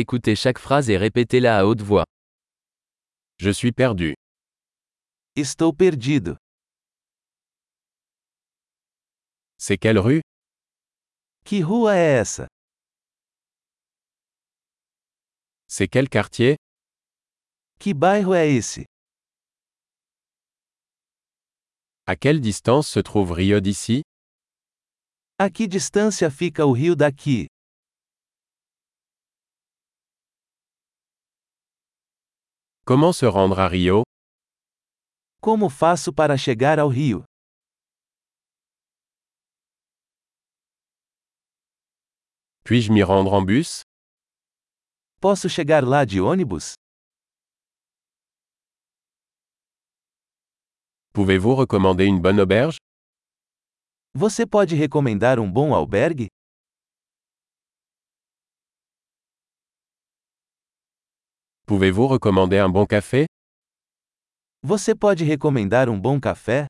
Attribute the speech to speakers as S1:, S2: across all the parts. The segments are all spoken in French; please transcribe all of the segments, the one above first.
S1: Écoutez chaque phrase et répétez-la à haute voix. Je suis perdu.
S2: Estou perdido.
S1: C'est quelle rue
S2: Que rua é essa?
S1: C'est quel quartier
S2: Que bairro é esse?
S1: À quelle distance se trouve Rio d'ici
S2: A que distância fica o rio daqui?
S1: Comment se rendre à Rio
S2: Como faço para chegar ao rio?
S1: Puis-je m'y rendre en bus
S2: Posso chegar lá de ônibus?
S1: Pouvez-vous recommander une bonne auberge
S2: Você pode recomendar um bom albergue?
S1: Pouvez-vous recommander un bon café
S2: Você pode recomendar um bom café?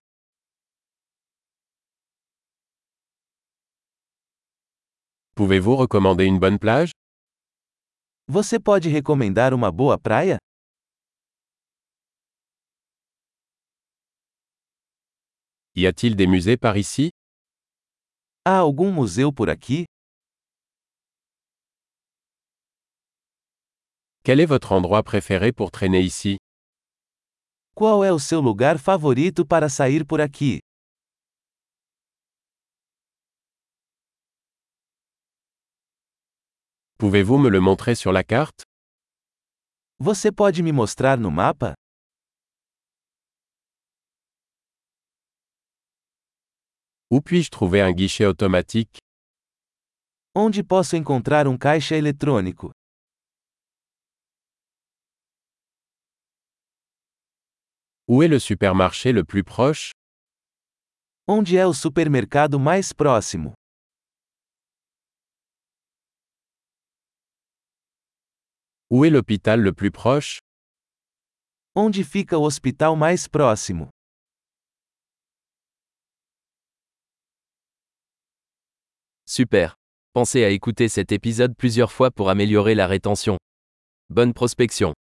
S1: Pouvez-vous recommander une bonne plage
S2: Você pode recomendar uma boa praia?
S1: Y a-t-il des musées par ici
S2: Há algum museu por aqui?
S1: Quel est votre endroit préféré pour traîner ici
S2: Qual é o seu lugar favorito para sair por aqui?
S1: Pouvez-vous me le montrer sur la carte
S2: Você pode me mostrar no mapa?
S1: Où puis-je trouver un guichet automatique
S2: Onde posso encontrar um caixa eletrônico?
S1: Où est le supermarché le plus proche
S2: Onde é o supermercado mais próximo?
S1: Où est l'hôpital le plus proche
S2: Onde fica o hospital mais próximo?
S1: Super. Pensez à écouter cet épisode plusieurs fois pour améliorer la rétention. Bonne prospection.